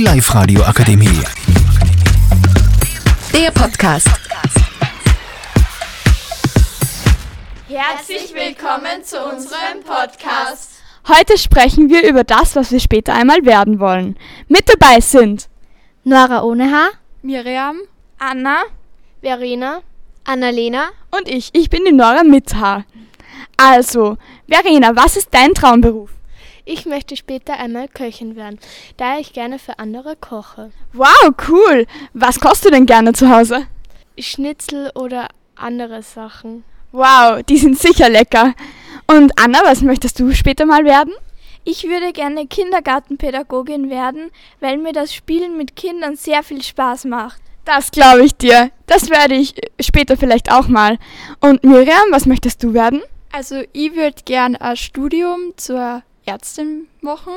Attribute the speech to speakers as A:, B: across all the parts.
A: Live Radio Akademie.
B: Der Podcast.
C: Herzlich willkommen zu unserem Podcast.
D: Heute sprechen wir über das, was wir später einmal werden wollen. Mit dabei sind
E: Nora ohne Haar.
D: Miriam, Anna
C: Verena,
E: Annalena.
D: und ich. Ich bin die Nora mit Haar. Also, Verena, was ist dein Traumberuf?
C: ich möchte später einmal Köchin werden, da ich gerne für andere koche.
D: Wow, cool. Was kochst du denn gerne zu Hause?
C: Schnitzel oder andere Sachen.
D: Wow, die sind sicher lecker. Und Anna, was möchtest du später mal werden?
F: Ich würde gerne Kindergartenpädagogin werden, weil mir das Spielen mit Kindern sehr viel Spaß macht.
D: Das glaube ich dir. Das werde ich äh, später vielleicht auch mal. Und Miriam, was möchtest du werden?
G: Also ich würde gern ein Studium zur Ärztin machen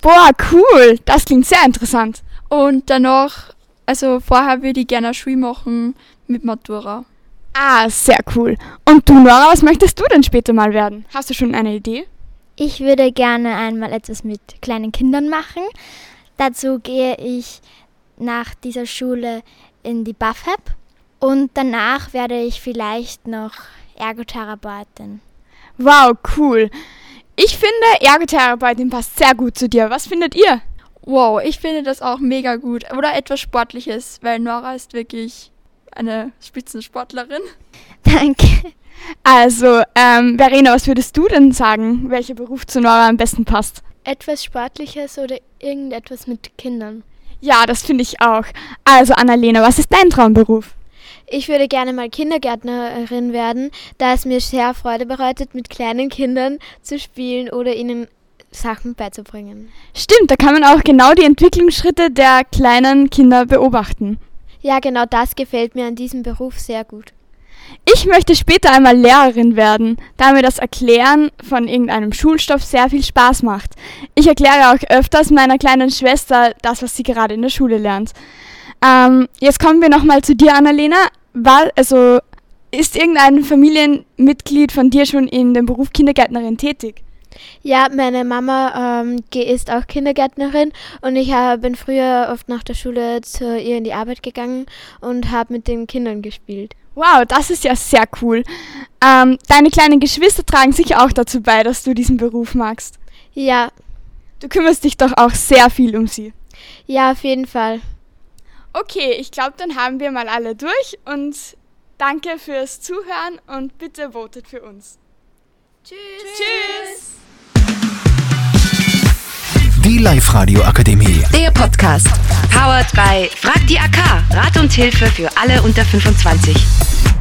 D: Boah, cool. Das klingt sehr interessant.
G: und danach, also vorher würde ich gerne eine Schule machen mit Matura.
D: Ah, sehr cool. Und du, Nora, was möchtest du denn später mal werden? Hast du schon eine Idee?
E: Ich würde gerne einmal etwas mit kleinen Kindern machen. Dazu gehe ich nach dieser Schule in die BAföB und danach werde ich vielleicht noch Ergotherapeutin.
D: Wow, cool. Ich finde, Ergotherapeutin passt sehr gut zu dir. Was findet ihr?
G: Wow, ich finde das auch mega gut. Oder etwas Sportliches, weil Nora ist wirklich eine Spitzensportlerin.
E: Danke.
D: Also, ähm, Verena, was würdest du denn sagen, welcher Beruf zu Nora am besten passt?
C: Etwas Sportliches oder irgendetwas mit Kindern.
D: Ja, das finde ich auch. Also, Annalena, was ist dein Traumberuf?
H: Ich würde gerne mal Kindergärtnerin werden, da es mir sehr Freude bereitet, mit kleinen Kindern zu spielen oder ihnen Sachen beizubringen.
D: Stimmt, da kann man auch genau die Entwicklungsschritte der kleinen Kinder beobachten.
H: Ja, genau das gefällt mir an diesem Beruf sehr gut.
D: Ich möchte später einmal Lehrerin werden, da mir das Erklären von irgendeinem Schulstoff sehr viel Spaß macht. Ich erkläre auch öfters meiner kleinen Schwester das, was sie gerade in der Schule lernt. Ähm, jetzt kommen wir nochmal zu dir, Annalena. War, also, ist irgendein Familienmitglied von dir schon in dem Beruf Kindergärtnerin tätig?
H: Ja, meine Mama ähm, ge- ist auch Kindergärtnerin und ich ha- bin früher oft nach der Schule zu ihr in die Arbeit gegangen und habe mit den Kindern gespielt.
D: Wow, das ist ja sehr cool. Ähm, deine kleinen Geschwister tragen sicher auch dazu bei, dass du diesen Beruf magst.
H: Ja,
D: Du kümmerst dich doch auch sehr viel um sie.
H: ja, auf jeden Fall.
D: Okay, ich glaube, dann haben wir mal alle durch und danke fürs Zuhören und bitte votet für uns.
A: Die Live Radio Akademie.
B: Der Podcast.
I: Powered by Frag die AK. Rat und Hilfe für alle unter 25.